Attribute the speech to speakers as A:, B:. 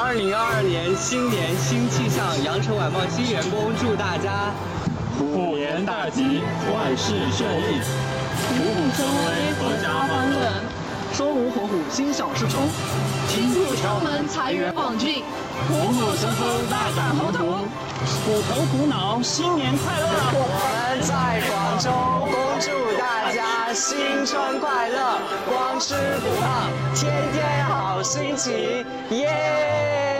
A: 二零二二年新年新气象，羊城晚报新员工祝大家
B: 虎年大吉，万事顺意，虎虎生威，阖家欢乐，
A: 双龙合虎，心想事成，
C: 金兔敲门，财源广进，
D: 虎虎生风，大展宏图，
E: 虎头虎脑，新年快乐！
F: 我们在广州恭祝大家新春快乐，光吃不胖，天天好心情，耶！